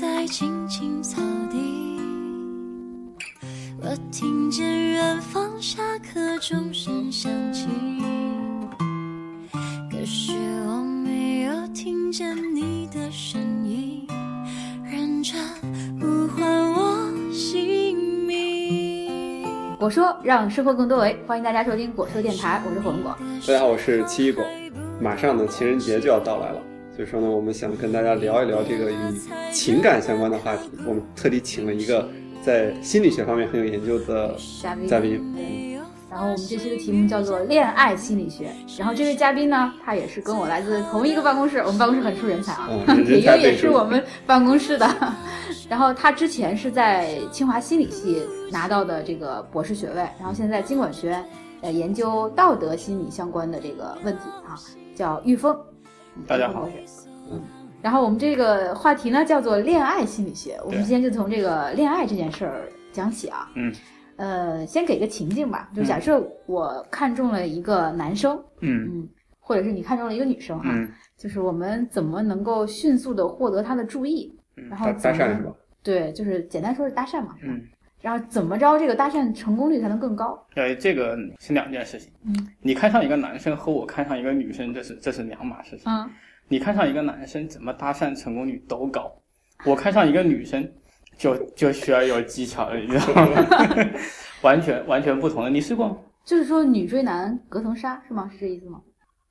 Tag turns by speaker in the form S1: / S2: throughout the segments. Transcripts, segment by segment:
S1: 在青青草地，我听见远方下课钟声响起，可是我没有听见你的声音，认真呼唤我姓名。
S2: 我说让生活更多维，欢迎大家收听果说电台，我是火龙果。
S3: 大家好我是奇异果马上呢，情人节就要到来了，所以说呢，我们想跟大家聊一聊这个与情感相关的话题。我们特地请了一个在心理学方面很有研究的
S2: 嘉宾，
S3: 嘉宾，
S2: 然后我们这期的题目叫做“恋爱心理学”。然后这位嘉宾呢，他也是跟我来自同一个办公室，我们办公室很出人才啊，
S3: 嗯人
S2: 铁
S3: 才
S2: 优
S3: 辈
S2: 也
S3: 出
S2: 是我们办公室的。然后他之前是在清华心理系拿到的这个博士学位，然后现在在经管学院呃研究道德心理相关的这个问题啊，叫玉峰。
S3: 大家好
S2: 玉峰博士。然后我们这个话题呢叫做恋爱心理学，我们
S3: 对
S2: 今天就从这个恋爱这件事儿讲起啊。
S3: 嗯。
S2: 呃，先给个情境吧，就假设我看中了一个男生，
S3: 嗯
S2: 嗯，或者是你看中了一个女生哈、
S3: 嗯
S2: 就是我们怎么能够迅速的获得他的注意？
S3: 嗯，
S2: 然后
S3: 搭搭
S2: 怎么
S3: 讪是吧？
S2: 对，就是简单说是搭讪嘛，是吧？
S4: 嗯，
S2: 然后怎么着这个搭讪成功率才能更高？
S4: 呃，这个是两件事情。
S2: 嗯，
S4: 你看上一个男生和我看上一个女生，这是这是两码事情。
S2: 嗯，
S4: 你看上一个男生，怎么搭讪成功率都高；我看上一个女生，就就需要有技巧了，你知道吗？ 完全完全不同的，你试过吗？
S2: 就是说女追男隔层纱是吗？是这意思吗？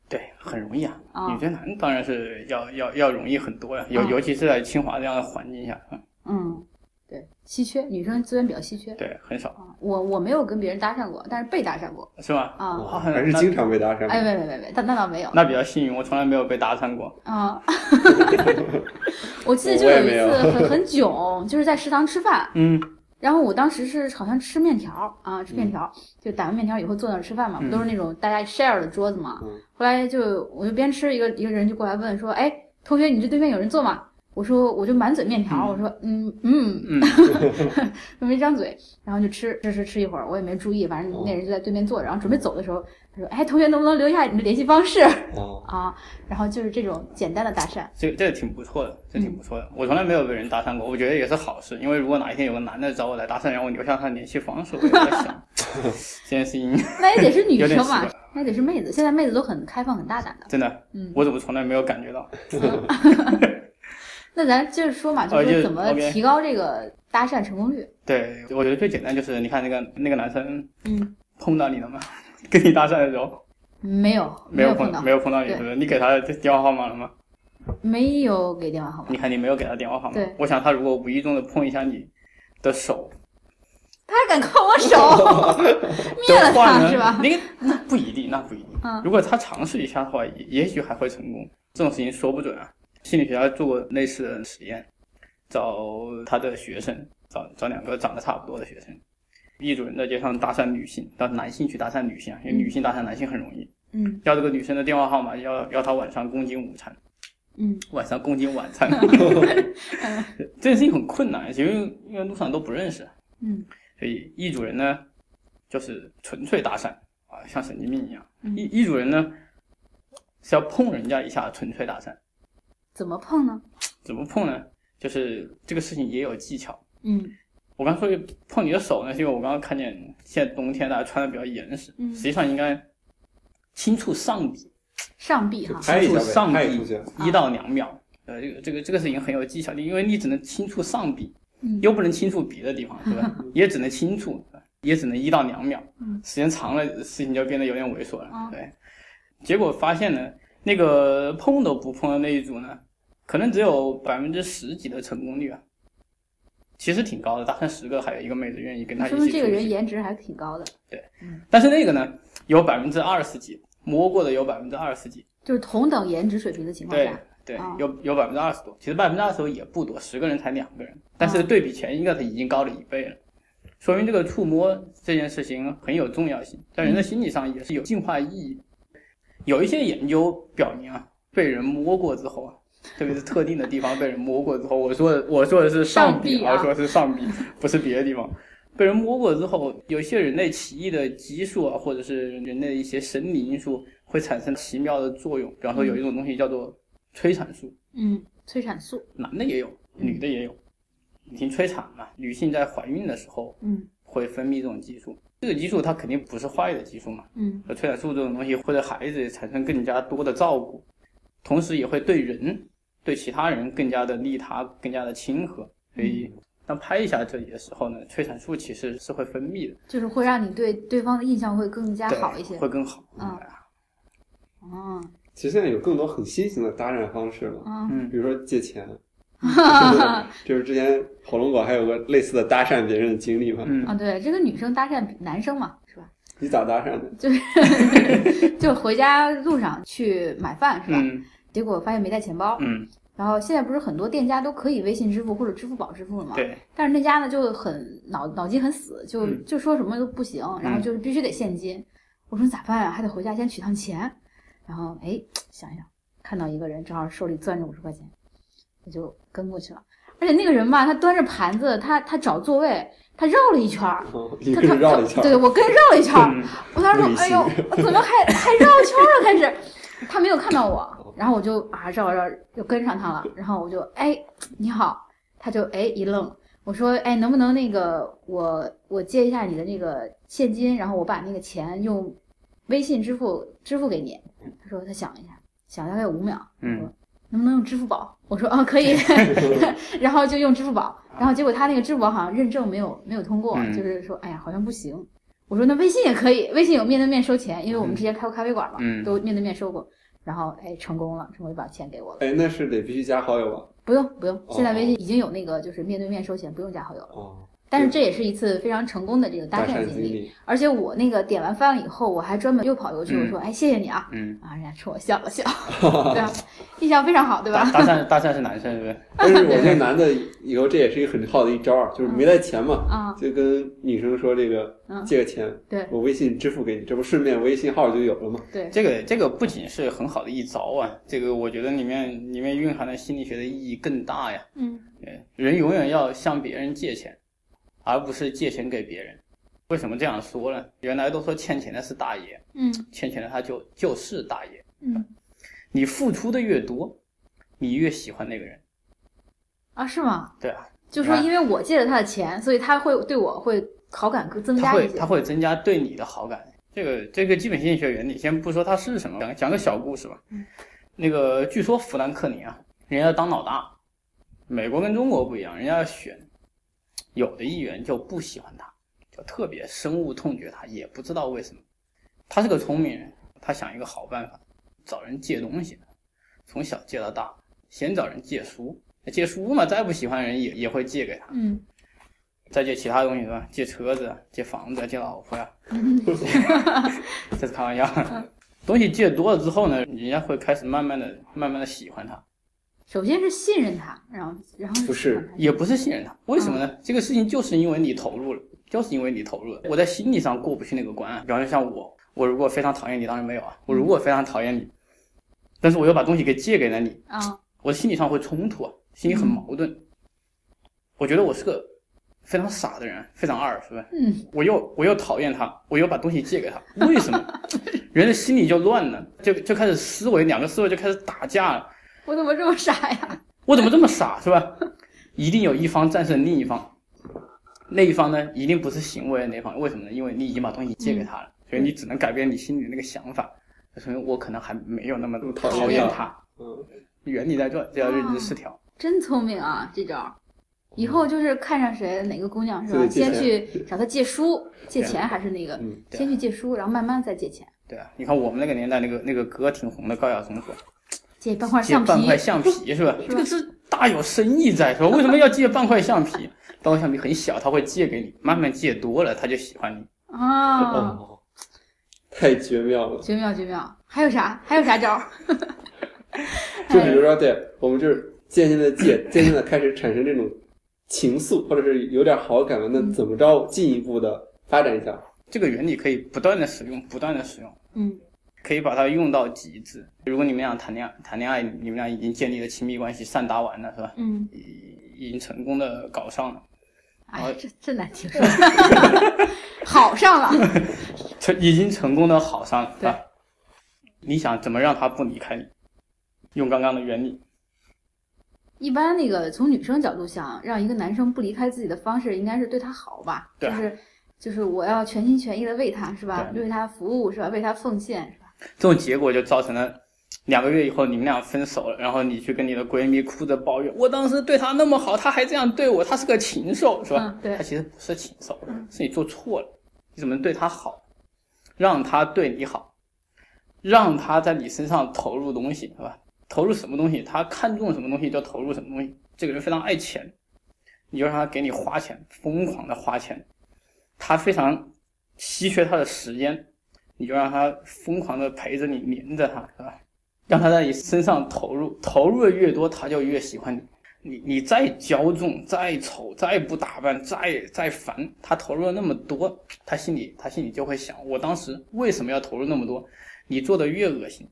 S4: 对，很容易啊。
S2: 啊、
S3: 哦
S4: 女追男当然是要要要容易很多呀、尤、
S2: 啊
S4: 尤其是在清华这样的环境下，嗯，
S2: 嗯，对，稀缺，女生资源比较稀缺。
S4: 对，很少，
S2: 啊，我我没有跟别人搭讪过，但是被搭讪过
S4: 是吧？
S2: 啊。
S3: 哇
S4: 啊
S3: 还是经常被搭
S2: 哎，
S3: 讪。
S2: 没没没没，但那倒没有
S4: 那比较幸运，我从来没有被搭讪过。
S2: 啊。我记得就有一次很很囧，就是在食堂吃饭，
S4: 嗯
S2: 然后我当时是好像吃面条啊，吃面条，就打完面条以后坐那儿吃饭嘛，不都是那种大家 share 的桌子嘛
S3: 嗯。
S2: 后来就我就边吃，一个一个人就过来问说：“哎，同学，你这对面有人坐吗？”我说我就满嘴面条，我说嗯嗯，
S4: 嗯，
S2: 就没张嘴，然后就吃吃吃吃一会儿，我也没注意，反正那人就在对面坐着，然后准备走的时候，他说：“哎，同学，能不能留下你的联系方式
S3: 哦，
S2: 啊？”然后就是这种简单的搭讪，
S4: 这个这个挺不错的，这
S2: 嗯
S4: 挺不错的。我从来没有被人搭讪过，我觉得也是好事。因为如果哪一天有个男的找我来搭讪，让我留下他的联系方式，我也在 想这件事情
S2: 那也得是女
S4: 有
S2: 生
S4: 点
S2: 嘛
S4: 奇，
S2: 那也得是妹子。现在妹子都很开放、很大胆的。
S4: 真的，
S2: 嗯，
S4: 我怎么从来没有感觉到？
S2: 那咱接着说嘛，就
S4: 哦
S2: 是说
S4: 就
S2: 怎么
S4: OK
S2: 提高这个搭讪成功率？
S4: 对，我觉得最简单就是，你看那个那个男生
S2: 嗯，
S4: 碰到你了吗？ 跟你搭讪的时候
S2: 没有，
S4: 没
S2: 有碰
S4: 碰
S2: 到，
S4: 没有碰到你，
S2: 对
S4: 是不是？你给他的电话号码了吗？
S2: 没有给电话号码
S4: 你，看你没有给他电话号码
S2: 对。
S4: 我想他如果无意中的碰一下你的手，
S2: 他还敢扣我手， 灭了
S4: 的话
S2: 他
S4: 呢
S2: 是吧？
S4: 那个那不一定，那不一定。
S2: 嗯
S4: 如果他尝试一下的话，也也许还会成功。这种事情说不准啊。心理学家做过类似的实验，找他的学生，找找两个长得差不多的学生，一组人在街上搭讪女性，让男性去搭讪女性啊，因为女性搭讪男性很容易。
S2: 嗯
S4: 要这个女生的电话号码，要要她晚上供应午餐，
S2: 嗯
S4: 晚上供应晚 餐。 这件事情很困难，因为因为路上都不认识。
S2: 嗯
S4: 所以一组人呢，就是纯粹搭讪啊，像神经病一样。
S2: 嗯
S4: 一一组人呢是要碰人家一下，纯粹搭讪。
S2: 怎么碰呢？
S4: 怎么碰呢？就是这个事情也有技巧。
S2: 嗯
S4: 我刚说碰你的手呢，是因为我刚刚看见现在冬天大家穿的比较严实，
S2: 嗯
S4: 实际上应该轻触上臂，
S2: 上臂
S3: 就
S2: 哈，
S3: 拍一
S4: 就
S3: 下呗，
S4: 上
S3: 拍
S4: 臂
S3: 出去。
S2: 啊
S4: 一到两秒。呃，这个这个这个事情很有技巧的，因为你只能轻触上臂，
S2: 嗯
S4: 又不能轻触别的地方，对 吧？也只能轻触，也只能一到两秒
S2: 嗯，
S4: 时间长了事情就变得有点猥琐了
S2: 啊。
S4: 对，结果发现呢，那个碰都不碰的那一组呢，可能只有百分之十几的成功率啊，其实挺高的，大概十个还有一个妹子愿意跟他一
S2: 说
S4: 起
S2: 明
S4: 出
S2: 这个人
S4: 去。
S2: 颜值还挺高的，
S4: 但是那个呢，有百分之二十几摸过的有百分之二十几，
S2: 就是同等颜值水平的情况
S4: 对
S2: 下，
S4: 对
S2: 啊，
S4: 有有百分之二十多，其实百分之二十多也不多，十个人才两个人，但
S2: 啊
S4: 是对比前一个，它已经高了一倍了，说明这个触摸这件事情很有重要性，在人
S2: 嗯
S4: 的心理上也是有进化意义的。有一些研究表明啊，被人摸过之后啊。特别是特定的地方被人摸过之后，我说的我说的是上
S2: 上臂
S4: 臂，
S2: 啊
S4: 我说是上臂，不是别的地方。被人摸过之后，有一些人类奇异的激素啊，或者是人类的一些生理因素会产生奇妙的作用。比方说，有一种东西叫做催产素，
S2: 嗯，催产素，
S4: 男的也有，女的也有。女性催产嘛，女性在怀孕的时候
S2: 嗯
S4: 会分泌这种激素，这个激素它肯定不是坏的激素嘛，
S2: 嗯
S4: 和催产素这种东西会对孩子产生更加多的照顾，同时也会对人、对其他人更加的利他、更加的亲和。所以，当拍一下这里的时候呢，催产素其实是会分泌的，
S2: 就是会让你对对方的印象会更加
S4: 对
S2: 好一些。
S4: 会更好。啊
S2: 嗯哦，
S3: 其实现在有更多很新型的搭讪方式了，
S2: 嗯，
S4: 嗯
S3: 比，如说 借钱，就是之前火龙果还有个类似的搭讪别人的经历嘛，
S4: 嗯
S2: 啊，对，这个女生搭讪男生嘛，是 吧？
S3: 你咋搭讪的？
S2: 就是就是回家路上去买饭是吧？
S4: 嗯
S2: 结果发现没带钱包，
S4: 嗯，
S2: 然后现在不是很多店家都可以微信支付或者支付宝支付了吗？。
S4: 对，
S2: 但是那家呢就很脑脑筋很死，就、
S4: 嗯
S2: 就说什么都不行，然后就是必须得现金。我说咋办啊？还得回家先取趟钱。然后哎，想一想，看到一个人正好手里攥着五十块钱，我就跟过去了。而且那个人吧，他端着盘子，他他找座位，他绕了一圈儿。
S3: 哦，你
S2: 他
S3: 跟着
S2: 他
S3: 绕了一圈
S2: 对
S3: 儿，
S2: 我跟着绕了一圈儿。
S4: 嗯
S2: 我当时
S3: 不理
S2: 说，哎
S3: 性
S2: 呦，我怎么还还绕圈儿了？开始，他没有看到 我，然后我就啊绕绕就跟上他了，然后我就哎你好，他就哎一愣，我说哎能不能那个我我借一下你的那个现金，然后我把那个钱用微信支付支付给你。他说他想一下，想大概有五秒，他说
S4: 嗯
S2: 能不能用支付宝？我说啊、 可以，然后就用支付宝，然后结果他那个支付宝好像认证没有没有通过，
S4: 嗯
S2: 就是说哎呀好像不行。我说那微信也可以，微信有面对面收钱，因为我们之前开过咖啡馆嘛，
S4: 嗯
S2: 都面对面收过。然后哎成功了，成功就把钱给我了，
S3: 哎，那是得必须加好友啊吧？
S2: 不用不用，现在
S3: 哦
S2: 微信已经有那个就是面对面收钱，不用加好友了。
S3: 哦，
S2: 但是这也是一次非常成功的这个搭
S3: 搭
S2: 讪
S3: 讪
S2: 经
S3: 经
S2: 历，
S3: 历，
S2: 而且我那个点完饭了以后，我还专门又跑过去，我
S4: 嗯
S2: 说哎谢谢你啊，
S4: 嗯，
S2: 啊人家冲我笑了笑，对啊，印象非常好，对吧
S4: 搭？搭讪搭讪是男生是不是？
S3: 但是我觉得男的以后这也是一个很好的一招儿，就是没带钱嘛，
S2: 啊
S3: 就跟女生说这个
S2: 嗯
S3: 借个钱，
S2: 对
S3: 我微信支付给你，这不顺便微信号就有了吗？
S2: 对，
S4: 这个这个不仅是很好的一招啊，这个我觉得里面里面蕴含的心理学的意义更大呀。
S2: 嗯
S4: 对，人永远要向别人借钱，而不是借钱给别人。为什么这样说呢？原来都说欠钱的是大爷，
S2: 嗯
S4: 欠钱的他就就是大爷。
S2: 嗯
S4: 你付出的越多，你越喜欢那个人。
S2: 啊是吗？
S4: 对啊，
S2: 就说
S4: 啊
S2: 因为我借了他的钱，所以他会对我会好感更增
S4: 他
S2: 加
S4: 会
S2: 一些
S4: 他。会增加对你的好感。这个这个基本心理学原理，先不说它是什么，讲讲个小故事吧。
S2: 嗯
S4: 那个据说富兰克林啊，人家要当老大，美国跟中国不一样，人家要选，有的议员就不喜欢他，就特别深恶痛绝他，也不知道为什么。他是个聪明人，他想一个好办法，找人借东西，从小借到大，先找人借书，借书嘛，再不喜欢的人也也会借给他。
S2: 嗯，
S4: 再借其他东西是吧？借车子、借房子、借老婆呀、这是开玩笑。东西借多了之后呢，人家会开始慢慢的、慢慢的喜欢他，
S2: 首先是信任他，然后然后
S3: 不
S2: 喜
S3: 是
S2: 欢他
S4: 也不是信任他。为什么呢？这个事情就是因为你投入了，就是因为你投入了。我在心理上过不去那个关啊。比方说像我，我如果非常讨厌你，当然没有啊。我如果非常讨厌你，但是我又把东西给借给了你，
S2: 啊
S4: 我心理上会冲突啊，心里很矛盾。我觉得我是个非常傻的人，非常二，是不是？
S2: 嗯，
S4: 我又我又讨厌他，我又把东西借给他，为什么？ 人的心里就乱了，就就开始思维，两个思维就开始打架了。
S2: 我怎么这么傻呀？
S4: 我怎么这么傻，是吧？一定有一方战胜另一方，那一方呢，一定不是行为的那一方。为什么呢？因为你已经把东西借给他了，所以你只能改变你心里的那个想法。就说明我可能还没有那么
S3: 嗯讨厌
S4: 讨厌
S3: 他
S4: 他。
S3: 嗯，
S4: 原理在这，就要认知失调。
S2: 真聪明啊，这招儿。以后
S4: 嗯
S2: 就是看上谁哪个姑娘是吧？
S3: 就得借
S2: 先
S3: 钱
S2: 去找她借书，借钱还是那个
S3: 嗯，
S4: 啊对啊
S2: 先去借书，然后慢慢再借钱，
S4: 对啊，你看我们那个年代，那个那个歌挺红的，高晓松说
S2: 借半块
S4: 借
S2: 橡皮
S4: 半块橡皮是
S2: 是
S4: 吧？
S2: 吧
S4: 这个是大有深意在，是吧？为什么要借半块橡皮？半块橡皮很小，他会借给你，慢慢借多了，他就喜欢你。嗯
S2: 啊，
S3: 哦， 太绝妙了。
S2: 绝妙绝妙。还有啥？还有啥招 儿？哎
S3: 就比如说，对我们就是渐渐的借，渐渐的开始产生这种情愫，或者是有点好感了，那
S2: 嗯
S3: 怎么着进一步的发展一下？
S4: 这个原理可以不断的使用，不断的使用，
S2: 嗯
S4: 可以把它用到极致。如果你们俩谈恋爱，谈恋爱，你们俩已经建立了亲密关系，善搭完了是吧？
S2: 嗯，
S4: 已已经成功的搞上了，
S2: 哎，这这难听说， 好上了，
S4: 成已经成功的好上了，是吧
S2: 对？
S4: 你想怎么让他不离开你？用刚刚的原理，
S2: 一般那个从女生角度想，让一个男生不离开自己的方式，应该是对他好吧？
S4: 对
S2: 就是就是我要全心全意的为他是吧？
S4: 对
S2: 为他服务是吧？为他奉献是吧？
S4: 这种结果就造成了两个月以后你们俩分手了，然后你去跟你的闺蜜哭着抱怨，我当时对她那么好，她还这样对我，她是个禽兽，是吧？
S2: 嗯对嗯
S4: 她其实不是禽兽，是你做错了，你怎么对她好，让她对你好，让她在你身上投入东西，是吧？投入什么东西，她看中什么东西就投入什么东西。这个人非常爱钱，你就让他给你花钱，疯狂的花钱，他非常稀缺他的时间，你就让他疯狂的陪着你，黏着他，是吧？让他在你身上投入，投入的越多，他就越喜欢你。你你再骄纵、再丑、再不打扮、再再烦，他投入了那么多，他心里他心里就会想：我当时为什么要投入那么多？你做的越恶心，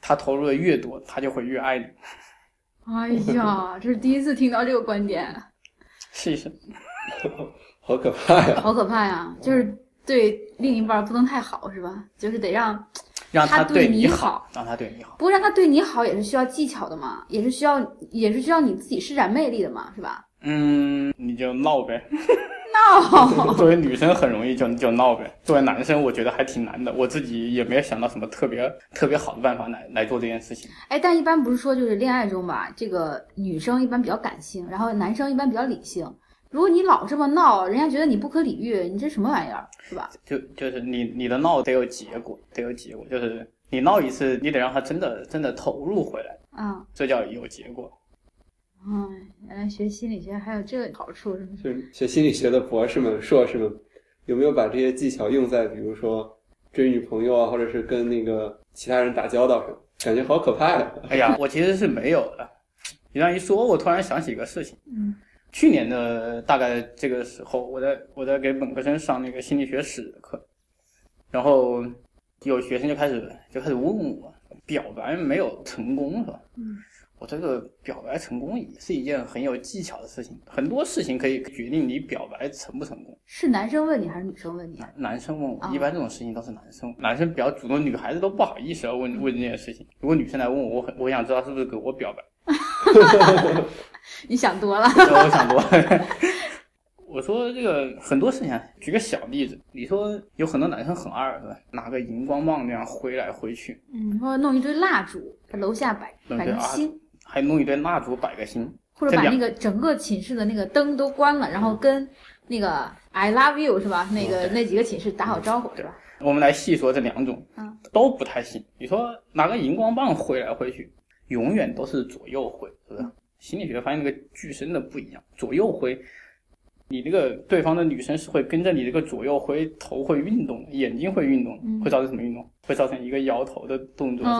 S4: 他投入的越多，他就会越爱你。
S2: 哎呀，这是第一次听到这个观点，
S4: 试一试，
S3: 好可怕呀！
S2: 好可怕呀！就是对另一半不能太好是吧？就是得让
S4: 让
S2: 他对
S4: 对
S2: 你
S4: 你
S2: 好，
S4: 让他对你好。
S2: 不过让他对你好也是需要技巧的嘛，也是需要也是需要你自己施展魅力的嘛，是吧？
S4: 嗯，你就闹呗。
S2: 哦，
S4: 作为女生很容易就就闹呗，作为男生我觉得还挺难的，我自己也没有想到什么特别特别好的办法来来做这件事情。
S2: 哎，但一般不是说就是恋爱中吧，这个女生一般比较感性，然后男生一般比较理性。如果你老这么闹，人家觉得你不可理喻，你这什么玩意儿，是吧？
S4: 就就是你你的闹得有结果，得有结果，就是你闹一次，你得让他真的真的投入回来，
S2: 啊，
S4: 这叫有结果。
S2: 嗯，原来学心理学还有这个好处，是不是？
S3: 就是学心理学的博士们、硕士们，有没有把这些技巧用在比如说追女朋友啊，或者是跟那个其他人打交道上？感觉好可怕呀！
S4: 哎呀，我其实是没有的。你这样一说，我突然想起一个事情。
S2: 嗯，
S4: 去年的大概这个时候，我在我在给本科生上那个心理学史的课，然后有学生就开始就开始问我，表白没有成功是吧？
S2: 嗯，
S4: 我这个表白成功也是一件很有技巧的事情，很多事情可以决定你表白成不成功。
S2: 是男生问你还是女生问你啊？
S4: 男生问我
S2: 啊，
S4: 一般这种事情都是男生，男生比较主动，女孩子都不好意思要问问这件事情。如果女生来问我，我很我想知道是不是给我表白。
S2: 你想多了。
S4: 我想多了。我说这个很多事情啊，举个小例子，你说有很多男生很二，是吧？拿个荧光棒那样挥来挥去，
S2: 嗯，或者弄一堆蜡烛，在楼下摆
S4: 弄一
S2: 摆
S4: 堆
S2: 个
S4: 蜡
S2: 心，
S4: 还弄一堆蜡烛摆个心，
S2: 或者把
S4: 这两
S2: 那个整个寝室的那个灯都关了，然后跟那个 I love you 是吧？那个、那几个寝室打好招呼是吧？
S4: 我们来细说这两种
S2: 嗯，
S4: 都不太行。你说拿个荧光棒挥来挥去，永远都是左右挥，是不是？心理学发现那个具身的不一样，左右挥，你那个对方的女生是会跟着你这个左右挥，头会运动的，眼睛会运动
S2: 嗯
S4: 的，会造成什么运动？会造成一个摇头的动作，是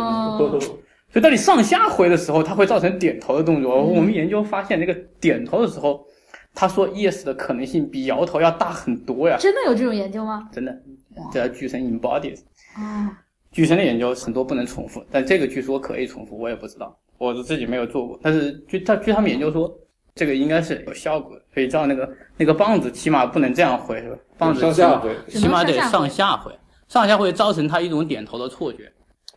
S4: 不是？
S2: 哦，
S4: 所以当你上下挥的时候，它会造成点头的动作。
S2: 嗯
S4: 我们研究发现，那个点头的时候，他说 yes 的可能性比摇头要大很多呀，
S2: 真的有这种研究吗？
S4: 真的
S2: 哇。
S4: 这叫巨神 embodies。
S2: 啊、
S4: 巨神的研究很多不能重复，但这个据说可以重复，我也不知道，我自己没有做过。但是据他据他们研究说，这个应该是有效果的，所以照那个那个棒子起码不能这样挥，是吧？ 棒子
S3: 上
S4: 起码
S3: 下回
S2: 只
S4: 起
S2: 能
S4: 码
S2: 上
S4: 得
S2: 下
S4: 上
S2: 挥
S4: 下挥，上下挥造成他一种点头的错觉，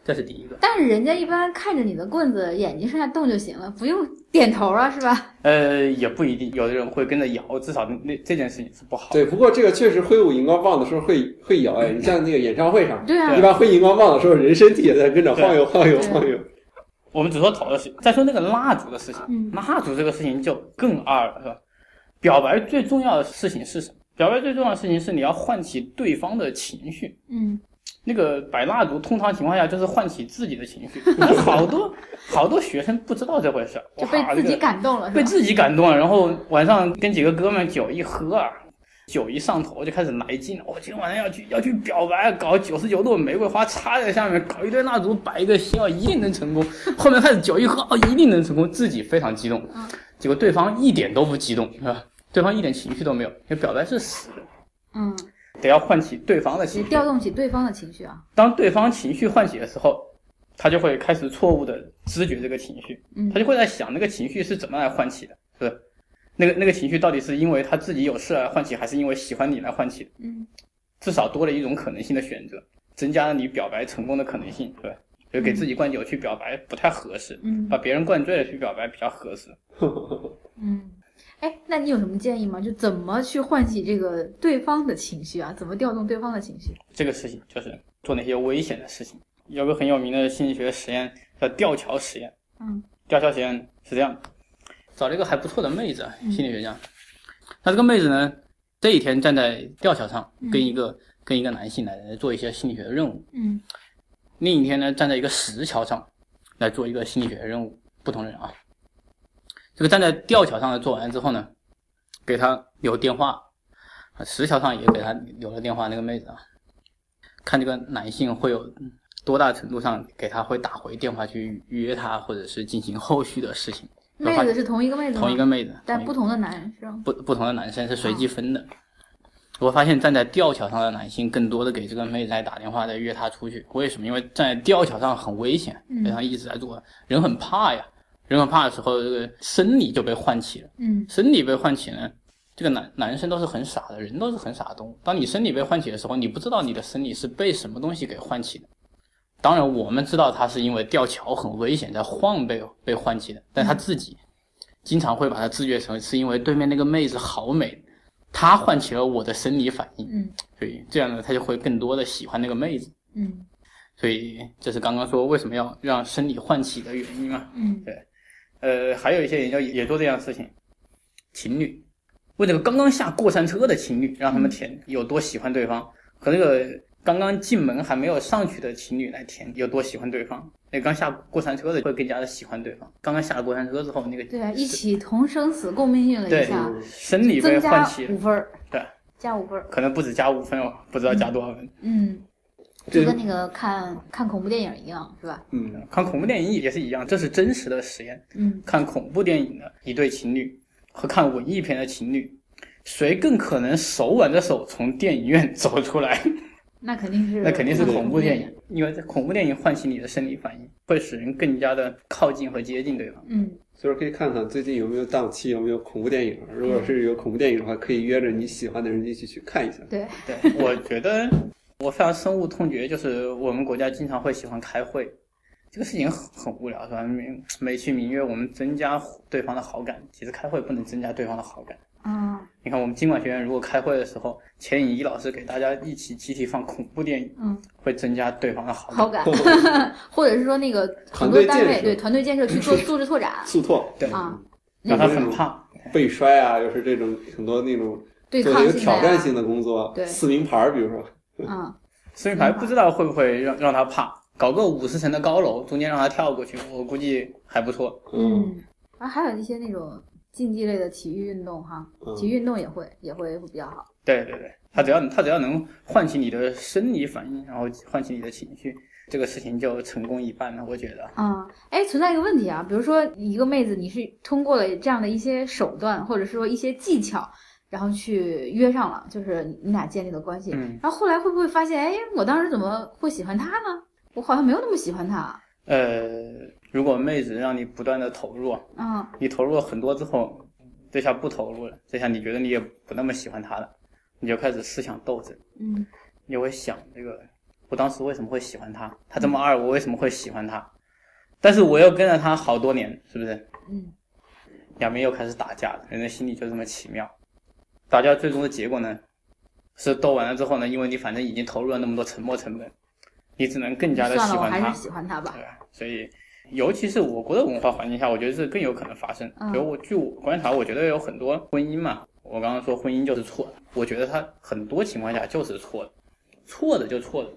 S4: 这是第一个。
S2: 但是人家一般看着你的棍子，眼睛上下动就行了，不用点头啊，是 吧？
S4: 呃，也不一定，有的人会跟着摇，至少那那这件事情是不好的。
S3: 对，不过这个确实挥舞荧光棒的时候会会摇哎，你像那个演唱会上，
S2: 对
S4: 嗯
S2: 啊，
S3: 一般挥荧光棒的时候，人身体也在跟着晃悠晃悠晃悠。
S4: 我们只说头的事，再说那个蜡烛的事情。
S2: 嗯
S4: 蜡烛这个事情就更二了，是吧？表白最重要的事情是什么？表白最重要的事情是你要唤起对方的情绪。
S2: 嗯，
S4: 那个摆蜡烛，通常情况下就是唤起自己的情 绪。但是好多好多学生不知道这回事儿，
S2: 就被
S4: 哇
S2: 自
S4: 这
S2: 己
S4: 个
S2: 感动了，
S4: 被
S2: 是吧？
S4: 自己感动了，然后晚上跟几个哥们酒一喝啊，酒一上头就开始来劲了。我、今天晚上要去要去表白，搞九十九朵玫瑰花插在下面，搞一堆蜡烛，摆一个心啊，一定能成功。后面开始酒一喝，哦，一定能成功，自己非常激动
S2: 嗯，
S4: 结果对方一点都不激动啊，对方一点情绪都没有，因为表白是死的，
S2: 嗯，
S4: 得要唤起对方的
S2: 只
S4: 情绪。
S2: 调动起对方的情绪啊。
S4: 当对方情绪唤起的时候，他就会开始错误的知觉这个情绪，
S2: 嗯
S4: 他就会在想那个情绪是怎么来唤起的，是不是？那个那个情绪到底是因为他自己有事来唤起，还是因为喜欢你来唤起的？
S2: 嗯，
S4: 至少多了一种可能性的选择，增加了你表白成功的可能性，对吧？就给自己灌酒去表白不太合适，
S2: 嗯
S4: 把别人灌醉了去表白比较合适。
S2: 嗯，哎，那你有什么建议吗？就怎么去唤起这个对方的情绪啊？怎么调动对方的情绪？
S4: 这个事情就是做那些危险的事情。有个很有名的心理学实验叫吊桥实验。
S2: 嗯，
S4: 吊桥实验是这样的：找了一个还不错的妹子啊，
S2: 嗯
S4: 心理学家。那这个妹子呢，这一天站在吊桥上，跟一个、跟一个男性来做一些心理学的任务；
S2: 嗯
S4: 另一天呢，站在一个石桥上来做一个心理学的任务。不同的人啊，这个站在吊桥上的做完之后呢，给他留电话，啊石桥上也给他留了电话。那个妹子啊，看这个男性会有多大程度上给他会打回电话去约他，或者是进行后续的事情。
S2: 妹子是同一个妹子吗？
S4: 同一个，妹子，
S2: 但
S4: 同一
S2: 不
S4: 个
S2: 同的男人是吧？
S4: 不不同的男生是随机分的。我发现站在吊桥上的男性更多的给这个妹子来打电话，在约她出去。为什么？因为站在吊桥上很危险，
S2: 嗯
S4: 非常一直在做，人很怕呀。人很怕的时候，这个生理就被唤起了。
S2: 嗯
S4: 生理被唤起呢，这个男男生都是很傻的，人都是很傻的动物。当你生理被唤起的时候，你不知道你的生理是被什么东西给唤起的。当然，我们知道他是因为吊桥很危险，在晃被被唤起的，但他自己经常会把它自觉成是因为对面那个妹子好美，她唤起了我的生理反应，
S2: 嗯
S4: 所以这样呢，他就会更多的喜欢那个妹子。
S2: 嗯
S4: 所以这是刚刚说为什么要让生理唤起的原因啊嘛。
S2: 嗯
S4: 呃，还有一些研究也也做这样的事情，情侣问这个刚刚下过山车的情侣，让他
S2: 嗯
S4: 们填有多喜欢对方，和那个刚刚进门还没有上去的情侣来填有多喜欢对方。那刚下过山车的会更加的喜欢对方。刚刚下了过山车之后，那个
S2: 对啊，一起同生死共命运了一
S4: 对
S2: 下，
S4: 生理被
S2: 增
S4: 唤
S2: 加嗯
S4: 起
S2: 五
S4: 了，
S2: 分儿，
S4: 对，
S2: 加五分儿。
S4: 可能不止加五分哦，不知道加多少分。
S2: 嗯，就
S3: 这
S2: 跟那个看看恐怖电影一样，是吧？
S3: 嗯，
S4: 看恐怖电影也是一样，这是真实的实验。
S2: 嗯
S4: 看恐怖电影的一对情侣和看文艺片的情侣，谁更可能手挽着手从电影院走出来？
S2: 那肯定是
S4: 那肯定是
S2: 看
S4: 恐怖电影。，因为这恐怖电影唤起你的生理反应，会使人更加的靠近和接近对方。
S2: 嗯
S3: 就是可以看看最近有没有档期，有没有恐怖电影。如果是有恐怖电影的话，可以约着你喜欢的人一起去看一下。
S2: 对，
S4: 对，我觉得我非常深恶痛绝，就是我们国家经常会喜欢开会，这个事情很很无聊，是吧？美美其名曰我们增加对方的好感，其实开会不能增加对方的好感。
S2: 啊
S4: 你看，我们经管学院如果开会的时候，钱颖一老师给大家一起集体放恐怖电影，
S2: 嗯，
S4: 会增加对方的好感。
S2: 好感，或者是说那个很
S3: 团
S2: 多
S3: 队
S2: 单
S3: 建
S2: 位
S3: 设
S2: 对团队建设去做素质拓展
S3: 速拓
S4: 对
S2: 啊，
S4: 让他很怕，
S3: 背摔啊，又是这种很多那种
S2: 对
S3: 做
S2: 抗
S3: 的有
S2: 性
S3: 挑战性
S2: 的
S3: 的工作
S2: 对，
S3: 撕名牌儿，比如说，
S2: 啊，
S4: 所以牌不知道会不会让让他怕，搞个五十层的高楼，中间让他跳过去，我估计还不错。
S3: 嗯，
S2: 嗯，然后还有一些那种竞技类的体育运动哈，
S3: 嗯
S2: 体育运动也会也会会比较好，
S4: 对对对，他只要他只要能唤起你的生理反应，然后唤起你的情绪，这个事情就成功一半了。我觉得，
S2: 啊，哎，存在一个问题啊，比如说一个妹子你是通过了这样的一些手段或者说一些技巧。然后去约上了，就是你你俩建立了关系。
S4: 嗯，
S2: 然后后来会不会发现，哎，我当时怎么会喜欢他呢？我好像没有那么喜欢他。
S4: 呃，如果妹子让你不断的投入，啊
S2: 嗯，
S4: 你投入了很多之后，这下不投入了，这下你觉得你也不那么喜欢他了，你就开始思想斗争，
S2: 嗯
S4: 你就会想这个，我当时为什么会喜欢他？他这么二，我为什么会喜欢他？但是我又跟了他好多年，是不是？
S2: 嗯
S4: 两边又开始打架了，人的心理就这么奇妙。打架最终的结果呢，是斗完了之后呢，因为你反正已经投入了那么多沉没成本，你只能更加的
S2: 算
S4: 喜
S2: 了，我
S4: 欢
S2: 还
S4: 他嗯
S2: 是，喜欢他吧
S4: 对。吧？所以，尤其是我国的文化环境下，我觉得是更有可能发生。
S2: 嗯
S4: 所以我据我观察，我觉得有很多婚姻嘛，我刚刚说婚姻就是错的，我觉得它很多情况下就是错的，错的就错的，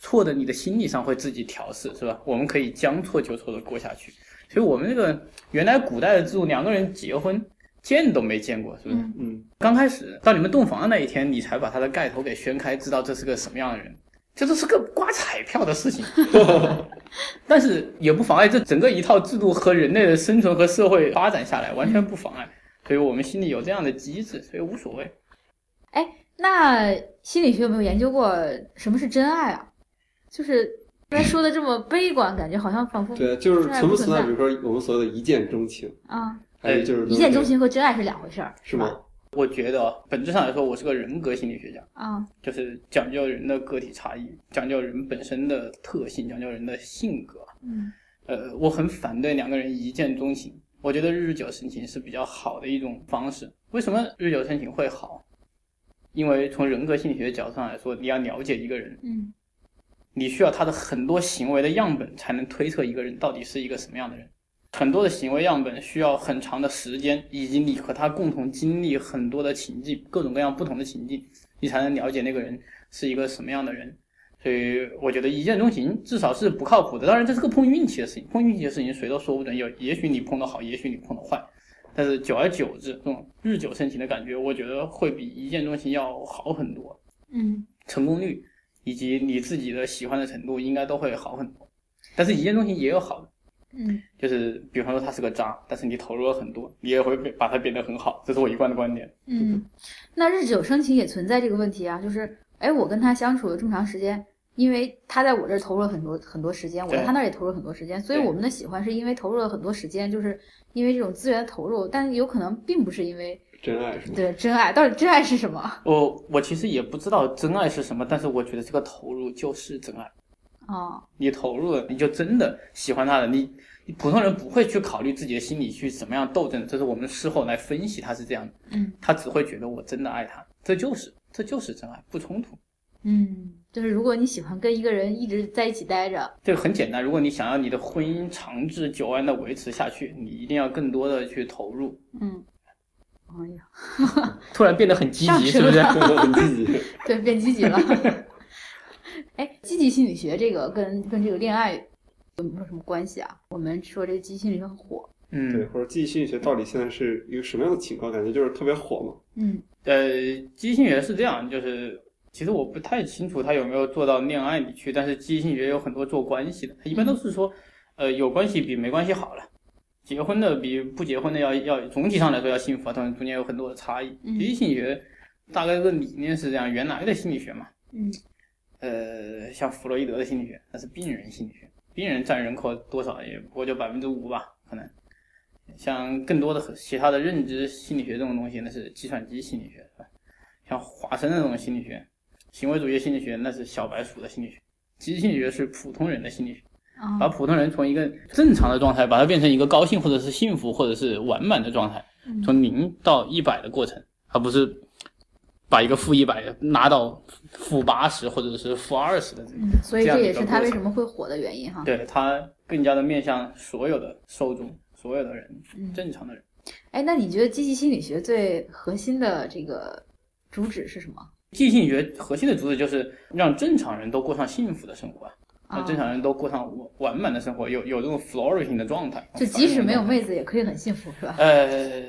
S4: 错的你的心理上会自己调试，是吧？我们可以将错就错的过下去。所以我们这个原来古代的制度，两个人结婚见都没见过，是不是？
S2: 嗯
S3: 嗯，
S4: 刚开始到你们洞房的那一天，你才把他的盖头给掀开，知道这是个什么样的人，这都是个刮彩票的事情。但是也不妨碍这整个一套制度和人类的生存和社会发展下来，完全不妨碍。所以我们心里有这样的机制，所以无所谓。
S2: 那心理学有没有研究过什么是真爱啊？就是刚才说的这么悲观，感觉好像仿佛
S3: 对，就是
S2: 现在
S3: 存
S2: 不
S3: 不存
S2: 存
S3: 在，
S2: 在
S3: 比如说我们所谓的一见钟情，
S2: 啊，
S3: 还有就是
S2: 一见钟情和真爱是两回事儿，
S3: 是
S2: 吧？
S3: 吗？
S4: 我觉得啊本质上来说，我是个人格心理学家，
S2: 啊，
S4: 就是讲究人的个体差异，讲究人本身的特性，讲究人的性格。
S2: 嗯
S4: 呃，我很反对两个人一见钟情，我觉得日久生情是比较好的一种方式。为什么日久生情会好？因为从人格心理学角度上来说，你要了解一个人，
S2: 嗯
S4: 你需要他的很多行为的样本，才能推测一个人到底是一个什么样的人。很多的行为样本需要很长的时间，以及你和他共同经历很多的情境，各种各样不同的情境，你才能了解那个人是一个什么样的人。所以我觉得一见钟情至少是不靠谱的。当然，这是个碰运气的事情，碰运气的事情谁都说不准，有也许你碰得好，也许你碰得坏。但是久而久之，这种日久生情的感觉，我觉得会比一见钟情要好很多。
S2: 嗯，
S4: 成功率以及你自己的喜欢的程度，应该都会好很多。但是一见钟情也有好的，
S2: 嗯，
S4: 就是比方说他是个渣，但是你投入了很多，你也会被把他变得很好，这是我一贯的观点。
S2: 嗯，那日久生情也存在这个问题啊，就是，哎，我跟他相处了这么长时间，因为他在我这儿投入了很多很多时间，我在
S4: 对
S2: 他那儿也投入了很多时间，所以
S4: 对
S2: 我们的喜欢是因为投入了很多时间，就是因为这种资源的投入，但有可能并不是因为
S3: 真爱是吗？
S2: 对真爱，到底真爱是什么
S4: 我我其实也不知道真爱是什么，但是我觉得这个投入就是真爱。
S2: 啊？
S4: 你投入了，你就真的喜欢他了。你你普通人不会去考虑自己的心理去怎么样斗争，这是我们事后来分析他是这样的。
S2: 嗯，
S4: 他只会觉得我真的爱他，这就是这就是真爱，不冲突。
S2: 嗯，就是如果你喜欢跟一个人一直在一起待着，
S4: 这个很简单，如果你想要你的婚姻长治久安的维持下去，你一定要更多的去投入。
S2: 嗯，哎呀，
S4: 突然变得很积
S2: 上
S4: 极，
S2: 升
S4: 是不 是？
S3: 很积极。
S2: 对，变积极了。哎，积极心理学这个跟跟这个恋爱有没有什么关系啊？我们说这个积极心理学很火，
S3: 对，
S4: 嗯，
S3: 或者记忆心理学到底现在是一个什么样的情况？感觉就是特别火嘛。
S2: 嗯
S4: 呃，基因心理学是这样，就是其实我不太清楚他有没有做到恋爱里去，但是基因心理学有很多做关系的，一般
S2: 嗯
S4: 都是说，呃，有关系比没关系好了。结婚的比不结婚的要要总体上来说要幸福啊，当然中间有很多的差异。
S2: 嗯
S4: 基因心理学大概这个理念是这样，原来的心理学嘛，
S2: 嗯
S4: 呃，像弗洛伊德的心理学，那是病人心理学，病人占人口多少也不过就百分之五吧，可能。像更多的和其他的认知心理学这种东西，那是计算机心理学，是吧？像华生那种心理学，行为主义心理学，那是小白鼠的心理学。积极心理学是普通人的心理学，
S2: 啊
S4: 把普通人从一个正常的状态，把它变成一个高兴或者是幸福或者是完满的状态。
S2: 嗯
S4: 从零到一百的过程，而不是把一个负一百拉到负八十或者是负二十的这种。
S2: 嗯，所以
S4: 这样
S2: 这
S4: 的
S2: 也
S4: 一个
S2: 是他
S4: 过
S2: 为
S4: 程
S2: 什么会火的原因哈。
S4: 对它更加的面向所有的受众、所有的人、
S2: 嗯
S4: 正常的人。
S2: 哎，那你觉得积极心理学最核心的这个主旨是什么？
S4: 记忆心理学核心的主旨就是让正常人都过上幸福的生活，
S2: 啊
S4: 让正常人都过上完完满的生活，有有这种 flourishing 的状态。嗯
S2: 就即使没有妹子也可以很幸福，是吧？
S4: 呃，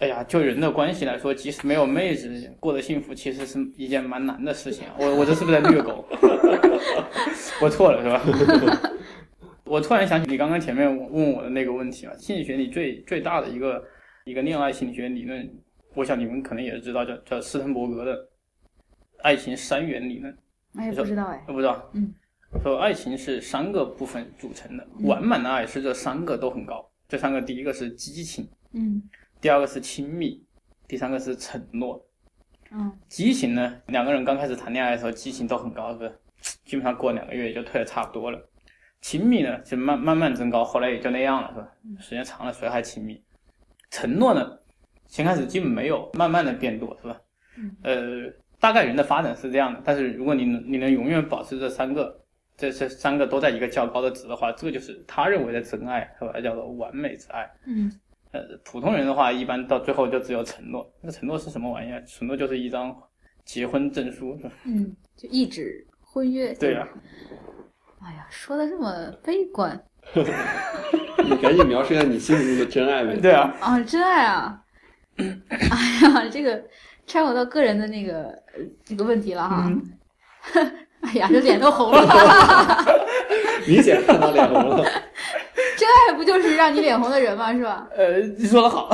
S4: 哎呀，就人的关系来说，即使没有妹子过得幸福，其实是一件蛮难的事情啊。我我这是不是在虐狗？ 我错了是吧？ 我突然想起你刚刚前面问我的那个问题啊，心理学里最最大的一个一个恋爱心理学理论，我想你们可能也知道，叫叫斯滕伯格的爱情三元理论。
S2: 哎，不知道哎，
S4: 我不知道，
S2: 嗯，
S4: 说爱情是三个部分组成的，
S2: 嗯
S4: 完满的爱是这三个都很高，这三个第一个是激情。
S2: 嗯
S4: 第二个是亲密，第三个是承诺。
S2: 嗯
S4: 激情呢，两个人刚开始谈恋爱的时候，激情都很高，是不是？基本上过两个月也就退的差不多了。亲密呢，就慢慢慢增高，后来也就那样了，是吧？时间长了，谁还亲密？承诺呢，先开始基本没有，慢慢的变多，是吧？
S2: 嗯
S4: 呃，大概人的发展是这样的，但是如果你能你能永远保持这三个，这这三个都在一个较高的值的话，这个就是他认为的真爱，是吧？叫做完美之爱。
S2: 嗯
S4: 呃，普通人的话，一般到最后就只有承诺。那个承诺是什么玩意儿？承诺就是一张结婚证书。是吧
S2: 嗯，就一纸婚约。
S4: 对啊呀、
S2: 哎呀，说的这么悲观
S3: 你赶紧描述一下你心目中的真爱呗。
S4: 对啊，
S2: 啊，真爱啊！ 哎呀，这个拆我到个人的那个呃这个问题了哈。
S4: 嗯
S2: 哎呀，这脸都红 了。
S3: 明显看到脸红了。
S2: 真爱不就是让你脸红的人吗？是吧？
S4: 呃，你说的好。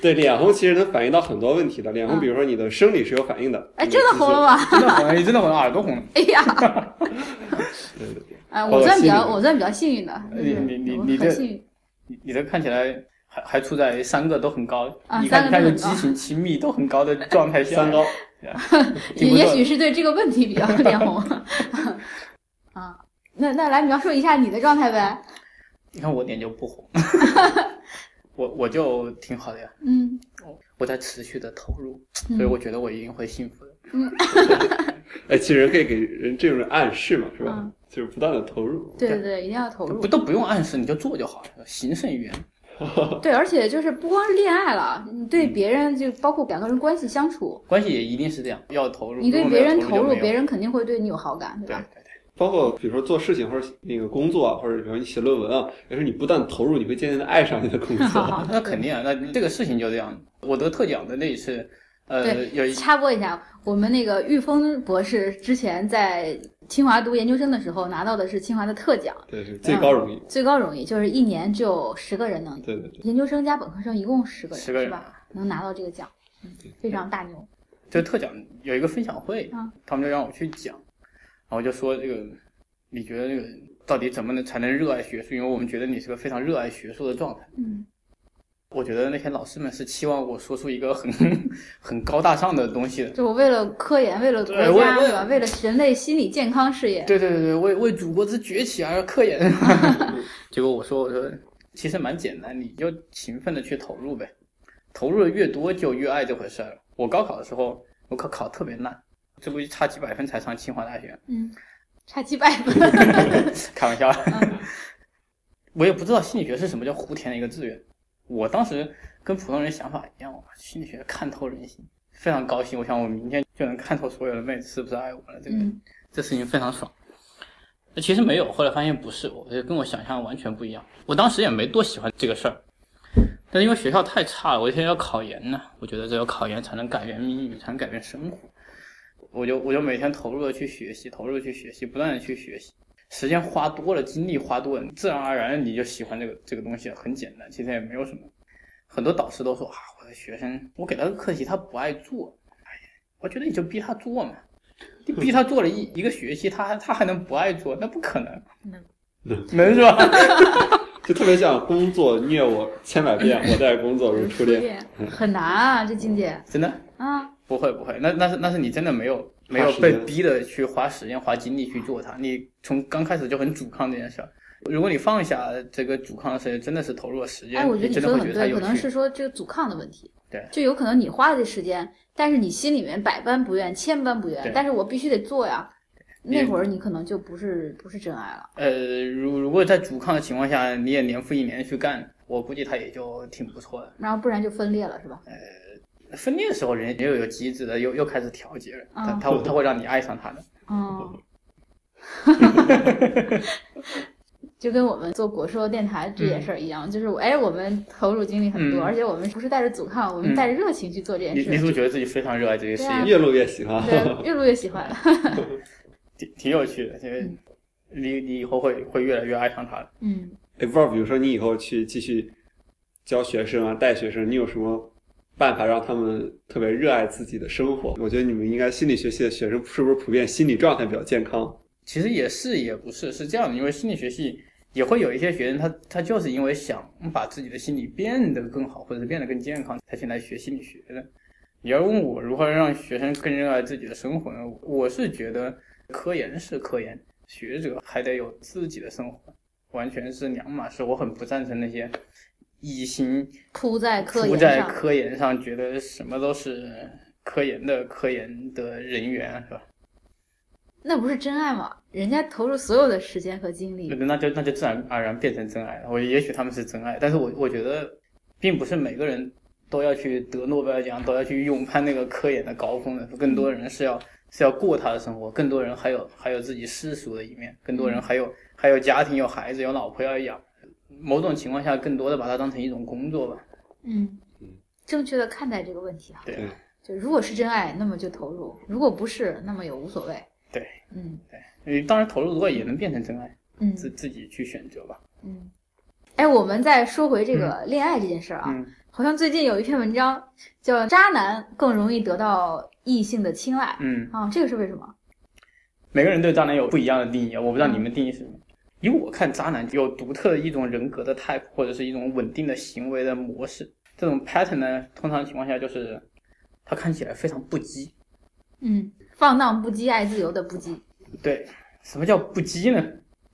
S3: 对，脸红其实能反映到很多问题的。脸红，比如说你的生理是有反应的。
S2: 嗯哎，真的红了吗？
S3: 吗？
S4: 真的红了，真的红了，耳朵红了。
S2: 哎呀，
S3: 对对对，
S2: 哎，
S3: 好
S2: 我
S3: 有
S2: 算比
S3: 心理
S2: 嗯较我算比较幸运的，就是
S4: 哎你你你
S2: 我
S4: 你
S2: 很
S4: 这
S2: 幸运。
S4: 你你这看起来还还处在三个都很高，
S2: 啊
S4: 你
S2: 三
S4: 看
S2: 个都
S4: 看
S2: 很
S4: 就激
S2: 高
S4: 情、亲密都很高的状态下，
S3: 三高，
S2: 也
S4: 挺不错
S2: 也
S4: 的
S2: 许是对这个问题比较脸红 啊。那那来描述一下你的状态呗。
S4: 你看我脸就 不红，我我就挺好的呀，
S2: 嗯，
S4: 我在持续的投入，
S2: 嗯
S4: 所以我觉得我一定会幸福的。
S3: 哎，其实可以给人这种暗示嘛，是吧？
S2: 嗯
S3: 就是不断的投入。
S2: 对对对，一定要投
S4: 就
S2: 入
S4: 不。都不用暗示，你就做就好了，行胜于言。
S2: 对，而且就是不光是恋爱了，你对别人就包括两个人关系相处，
S4: 关系也一定是这样，要投入。
S2: 你对
S4: 如果
S2: 别
S4: 没有
S2: 人
S4: 投
S2: 投入，
S4: 就没有
S2: 别人肯定会对你有好感，对
S4: 对
S2: 吧？
S4: 对对，
S3: 包括比如说做事情或者那个工作啊，或者比如说你写论文啊，也是你不断投入，你会渐渐的爱上你的 工作。
S4: 那肯定啊，那这个事情就这样。我得特奖的那一次，呃，
S2: 对
S4: 有 一
S2: 插播一下，我们那个玉峰博士之前在清华读研究生的时候拿到的是清华的特奖，
S3: 对，是最高荣誉。
S2: 最高荣誉，就是一年只有十个人能，
S3: 对对对，
S2: 研究生加本科生一共十个人，
S4: 10个人
S2: 是吧？能拿到这个奖，嗯非常大牛。
S4: 就特奖有一个分享会
S2: 嗯，
S4: 他们就让我去讲，然后就说这个，你觉得这个到底怎么能才能热爱学术？因为我们觉得你是个非常热爱学术的状态。
S2: 嗯，
S4: 我觉得那些老师们是期望我说出一个很 很高大上的东西的。
S2: 就我为了科研，为了国
S4: 对为
S2: 家，
S4: 为
S2: 对吧？为了人类心理健康事业，
S4: 对对对对，为为祖国之崛起而科研。 结果我说我说其实蛮简单，你就勤奋的去投入呗，投入的越多就越爱这回事儿。我高考的时候，我考考特别烂，这不差几百分才上清华大学，
S2: 嗯，差几百分，
S4: 开玩笑。 我也不知道心理学是什么叫胡填的一个志愿，我当时跟普通人想法一样，哇心理学看透人心，非常高兴。我想我明天就能看透所有的妹子是不是爱我了，这个。
S2: 嗯，
S4: 这事情非常爽。呃其实没有，后来发现不是，我就呃跟我想象完全不一样。我当时也没多喜欢这个事儿，但是因为学校太差了，我现在要考研呢，我觉得只有考研才能改变命运，才能改变生活。我就我就每天投入的去学习，投入地去学习，不断的去学习，时间花多了，精力花多了，自然而然你就喜欢这个这个东西了，很简单，其实也没有什么。很多导师都说啊，我的学生，我给他个课题，他不爱做，哎呀，我觉得你就逼他做嘛，你逼他做了一一个学期，他还他还能不爱做？那不可能，
S2: 嗯
S3: 能
S4: 能是吧？
S3: 就特别像工作虐我千百 遍，我待工作如初恋。
S4: 嗯
S2: 很难啊，这境界
S4: 真的
S2: 啊，
S4: 不会不会，那那是那是你真的没有没有
S3: 花时
S4: 被
S3: 间
S4: 逼的去花时间花精力去做它，你从刚开始就很阻抗这件事儿。如果你放下这个阻抗的事情，真的是投入了时间，
S2: 哎，我觉得你
S4: 你真
S2: 说
S4: 的
S2: 的
S4: 会觉
S2: 很
S4: 得它
S2: 对，
S4: 有
S2: 可能
S4: 趣。
S2: 是说这个阻抗的问题。
S4: 对
S2: 就有可能你花了这时间，但是你心里面百般不愿、千般不愿
S4: 对，
S2: 但是我必须得做呀。
S4: 你
S2: 那会儿你可能就不是不是真爱了，
S4: 呃，如如果在阻抗的情况下，你也年复一年去干，我估计他也就挺不错的。
S2: 然后不然就分裂了，是吧？
S4: 分裂的时候，人又有机制的，又又开始调节了，他
S2: 嗯
S4: 他会他会让你爱上他的。
S2: 嗯，就跟我们做果说电台这件事儿一样，就是我哎，我们投入精力很多，
S4: 嗯
S2: 而且我们不是带着阻抗，我们带着热情去做这件
S4: 你
S2: 事
S4: 你是不。是觉得自己非常热爱这个事
S2: 对啊
S4: 业？
S3: 越录越喜欢。 哎
S2: 对，越录越喜欢。
S4: 挺挺有趣的，因为
S2: 嗯
S4: 你你以后会会越来越爱上他的。
S2: 嗯，
S3: 哎，不知道，比如说你以后去继续教学生啊，带学生，你有什么办法让他们特别热爱自己的生活？我觉得你们应该心理学系的学生是不是普遍心理状态比较健康？
S4: 其实也是也不是是这样的，因为心理学系也会有一些学生他，他就是因为想把自己的心理变得更好，或者是变得更健康，才去来学心理学的。你要问我如何让学生更热爱自己的生活呢？我是觉得科研是科研，学者还得有自己的生活，完全是两码事。我很不赞成那些一心
S2: 扑在科
S4: 扑
S2: 研
S4: 在
S2: 上，
S4: 科研上，觉得什么都是科研的科研的人员是吧？
S2: 那不是真爱吗？人家投入所有的时间和精力
S4: 那，那就那就自然而然变成真爱了。我也许他们是真爱，但是我我觉得，并不是每个人都要去得诺贝尔奖，都要去勇攀那个科研的高峰的。更多人是
S2: 嗯
S4: 要是要过他的生活，更多人还有还有自己世俗的一面，更多
S2: 嗯
S4: 人还有还有家庭、有孩子、有老婆要养。某种情况下，更多的把它当成一种工作吧。
S2: 嗯
S3: 嗯，
S2: 正确的看待这个问题啊。
S4: 对
S3: 对
S2: 就如果是真爱，那么就投入；如果不是，那么也无所谓。
S4: 对，
S2: 嗯
S4: 你当然投入的话也能变成真爱，
S2: 嗯
S4: 自自己去选择吧。
S2: 嗯。哎，我们再说回这个恋爱这件事儿啊，
S4: 嗯。
S2: 好像最近有一篇文章叫《渣男更容易得到异性的青睐》
S4: 嗯
S2: 啊，这个是为什么？
S4: 每个人对渣男有不一样的定义，我不知道你们定义是什么。以我看，渣男有独特的一种人格的 type，或者是一种稳定的行为的模式。这种 pattern 呢，通常情况下就是他看起来非常不羁。
S2: 嗯，放荡不羁、爱自由的不羁。
S4: 对，什么叫不羁呢？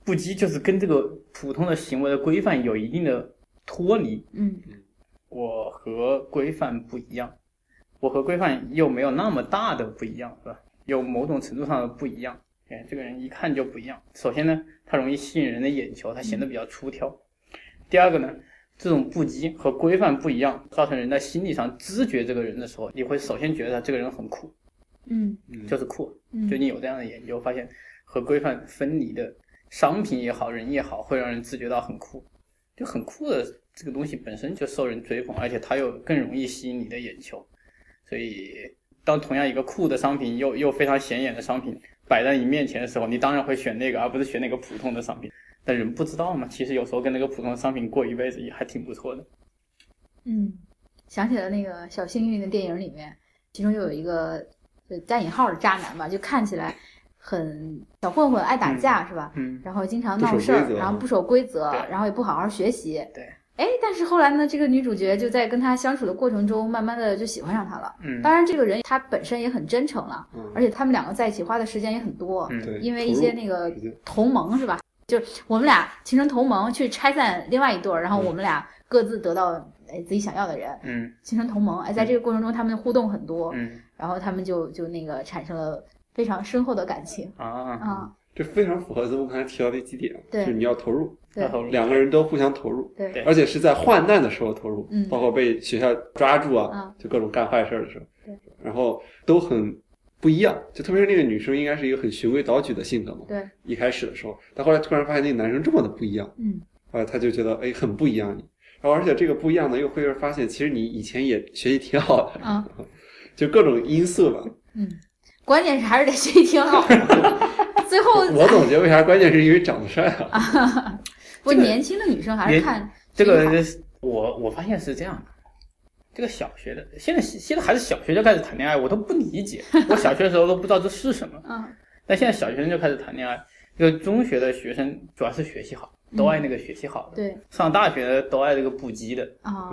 S4: 不羁就是跟这个普通的行为的规范有一定的脱离。
S2: 嗯
S4: 我和规范不一样，我和规范又没有那么大的不一样，是吧？有某种程度上的不一样。哎，这个人一看就不一样。首先呢，他容易吸引人的眼球，他显得比较出挑。第二个呢，这种不羁和规范不一样，造成人在心理上知觉这个人的时候，你会首先觉得这个人很酷，
S2: 嗯
S3: 嗯
S4: 就是酷。
S2: 嗯，
S4: 最近有这样的研究发现，和规范分离的商品也好，人也好，会让人自觉到很酷，就很酷的这个东西本身就受人追捧，而且它又更容易吸引你的眼球。所以，当同样一个酷的商品又又非常显眼的商品摆在你面前的时候，你当然会选那个，而不是选那个普通的商品。但人不知道嘛，其实有时候跟那个普通的商品过一辈子也还挺不错的。
S2: 嗯，想起了那个小幸运的电影里面，其中就有一个就加引号的渣男吧，就看起来很小混混，爱打架、是吧？
S4: 嗯，
S2: 然后经常
S3: 不守
S2: 闹事儿
S3: 规，则
S2: 然后不守规则
S4: 对，
S2: 然后也不好好学习。
S4: 对。
S2: 哎，但是后来呢，这个女主角就在跟他相处的过程中，慢慢的就喜欢上他了。
S4: 嗯，
S2: 当然，这个人他本身也很真诚了，
S3: 嗯
S2: 而且他们两个在一起花的时间也很多，
S4: 嗯
S3: 对，
S2: 因为一些那个
S3: 投入时间
S2: 同盟是吧？就是我们俩形成同盟去拆散另外一对儿，然后我们俩各自得到哎自己想要的人，
S4: 嗯
S2: 形成同盟。哎，在这个过程中他们互动很多，
S4: 嗯
S2: 然后他们就就那个产生了非常深厚的感情
S4: 啊，
S2: 啊，
S3: 这非常符合咱们刚才提到的几点，啊
S2: 对
S3: 就是你要投入，
S2: 对
S4: 然后
S3: 两个人都互相投入，
S2: 对
S4: 对
S3: 而且是在患难的时候投入，
S2: 嗯
S3: 包括被学校抓住啊
S2: 嗯，
S3: 就各种干坏事儿的时候
S2: 对，
S3: 然后都很不一样。就特别是那个女生，应该是一个很循规蹈矩的性格嘛，
S2: 对，
S3: 一开始的时候，但后来突然发现那个男生这么的不一样，
S2: 嗯
S3: 啊，他就觉得哎很不一样你。然后而且这个不一样呢，又会发现其实你以前也学习挺好的，
S2: 啊
S3: 就各种因素吧。
S2: 嗯，关键是还是得学习挺好，最后
S3: 我总觉得为啥关键是因为长得帅啊，
S2: 不
S4: 这个
S2: 年轻的女生还是
S4: 年
S2: 看
S4: 这
S2: 学历好
S4: 个我我发现是这样的，这个小学的现在现在孩子小学就开始谈恋爱，我都不理解。我小学的时候都不知道这是什么，
S2: 嗯
S4: 但现在小学生就开始谈恋爱。就中学的学生主要是学习好，都爱那个学习好的；
S2: 对
S4: 上大学的都爱这个不羁的。
S2: 啊，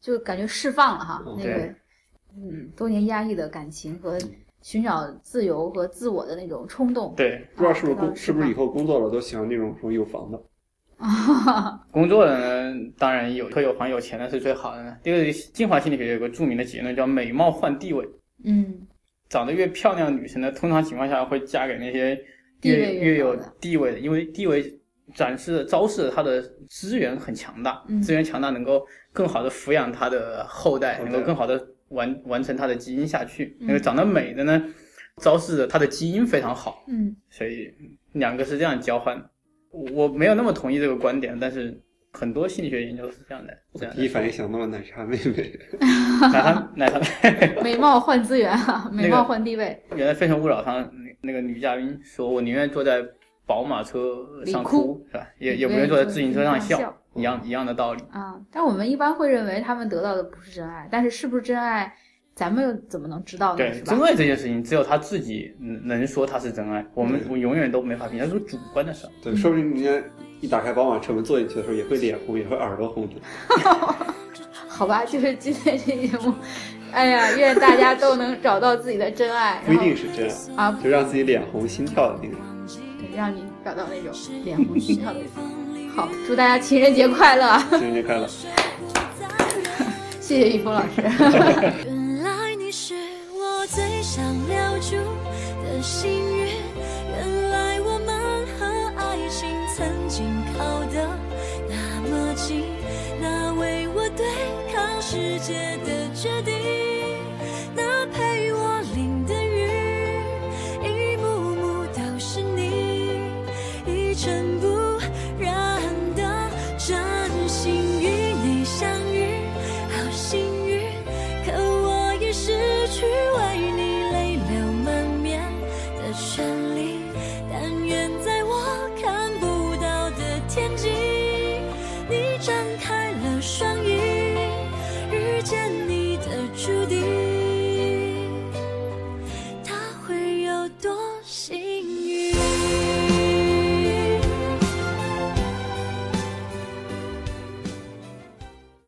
S2: 就感觉释放了哈
S3: 嗯，
S2: 那
S4: 嗯对嗯
S2: 个嗯多年压抑的感情和寻找自由和自我的那种冲动，
S4: 对，
S3: 不知道是不是
S2: 啊
S3: 工是不是以后工作了都喜欢那种什么有房的，
S4: 工作的呢，当然有车有房有钱的是最好的呢。这个进化心理学有个著名的结论叫“美貌换地位”，
S2: 嗯
S4: 长得越漂亮的女生呢，通常情况下会嫁给那些
S2: 地
S4: 越
S2: 位越
S4: 越
S2: 高
S4: 有
S2: 的
S4: 地位的，因为地位展示昭示了她的资源很强大，
S2: 嗯
S4: 资源强大能够更好的抚养她的后代，
S3: 后代
S4: 能够更好的完完成她的基因下去。
S2: 嗯
S4: 那个长得美的呢，昭示着她的基因非常好，
S2: 嗯
S4: 所以两个是这样交换的。我我没有那么同意这个观点，但是很多心理学研究是这样的，是这样
S3: 第一
S4: 的。
S3: 反应想到了奶茶妹妹，
S4: 奶糖奶糖，
S2: 美貌换资源啊，
S4: 那
S2: 美
S4: 个
S2: 貌换地位，
S4: 原来《非诚勿扰》上那那个女嘉宾说：“我宁愿坐在宝马车上
S2: 里
S4: 哭，是吧？也也不愿坐在自行车上
S2: 不愿
S4: 笑嗯
S2: 意，
S4: 一样一样的道理。
S2: 啊，但我们一般会认为他们得到的不是真爱，但是是不是真爱，咱们又怎么能知道呢？
S4: 对
S2: 是，吧
S4: 真？爱这件事情，只有他自己能能说他是真爱，我们
S3: 对
S4: 我永远都没法评价，这是个主观的事儿。
S3: 对，说不定明天一打开宝马车门坐进去的时候也会脸红，也会耳朵红的。
S2: 好吧，就是今天这期节目， 哎呀，愿大家都能找到自己的真爱，
S3: 不一定是这样，
S2: 然后啊，
S3: 就让自己脸红心跳的那个。
S2: 对让你找到那种脸红心跳的人。好，祝大家情人节快乐啊！
S3: 情人节快乐！
S2: 谢谢雨峰老师。
S1: 原来你是我最想留住的幸运，原来我们和爱情曾经靠得那么近，那为我对抗世界的决定，那陪我淋的雨，一幕幕都是你，一尘不染的真心与你相遇，好幸运。可我已失去为你泪流满面的权利。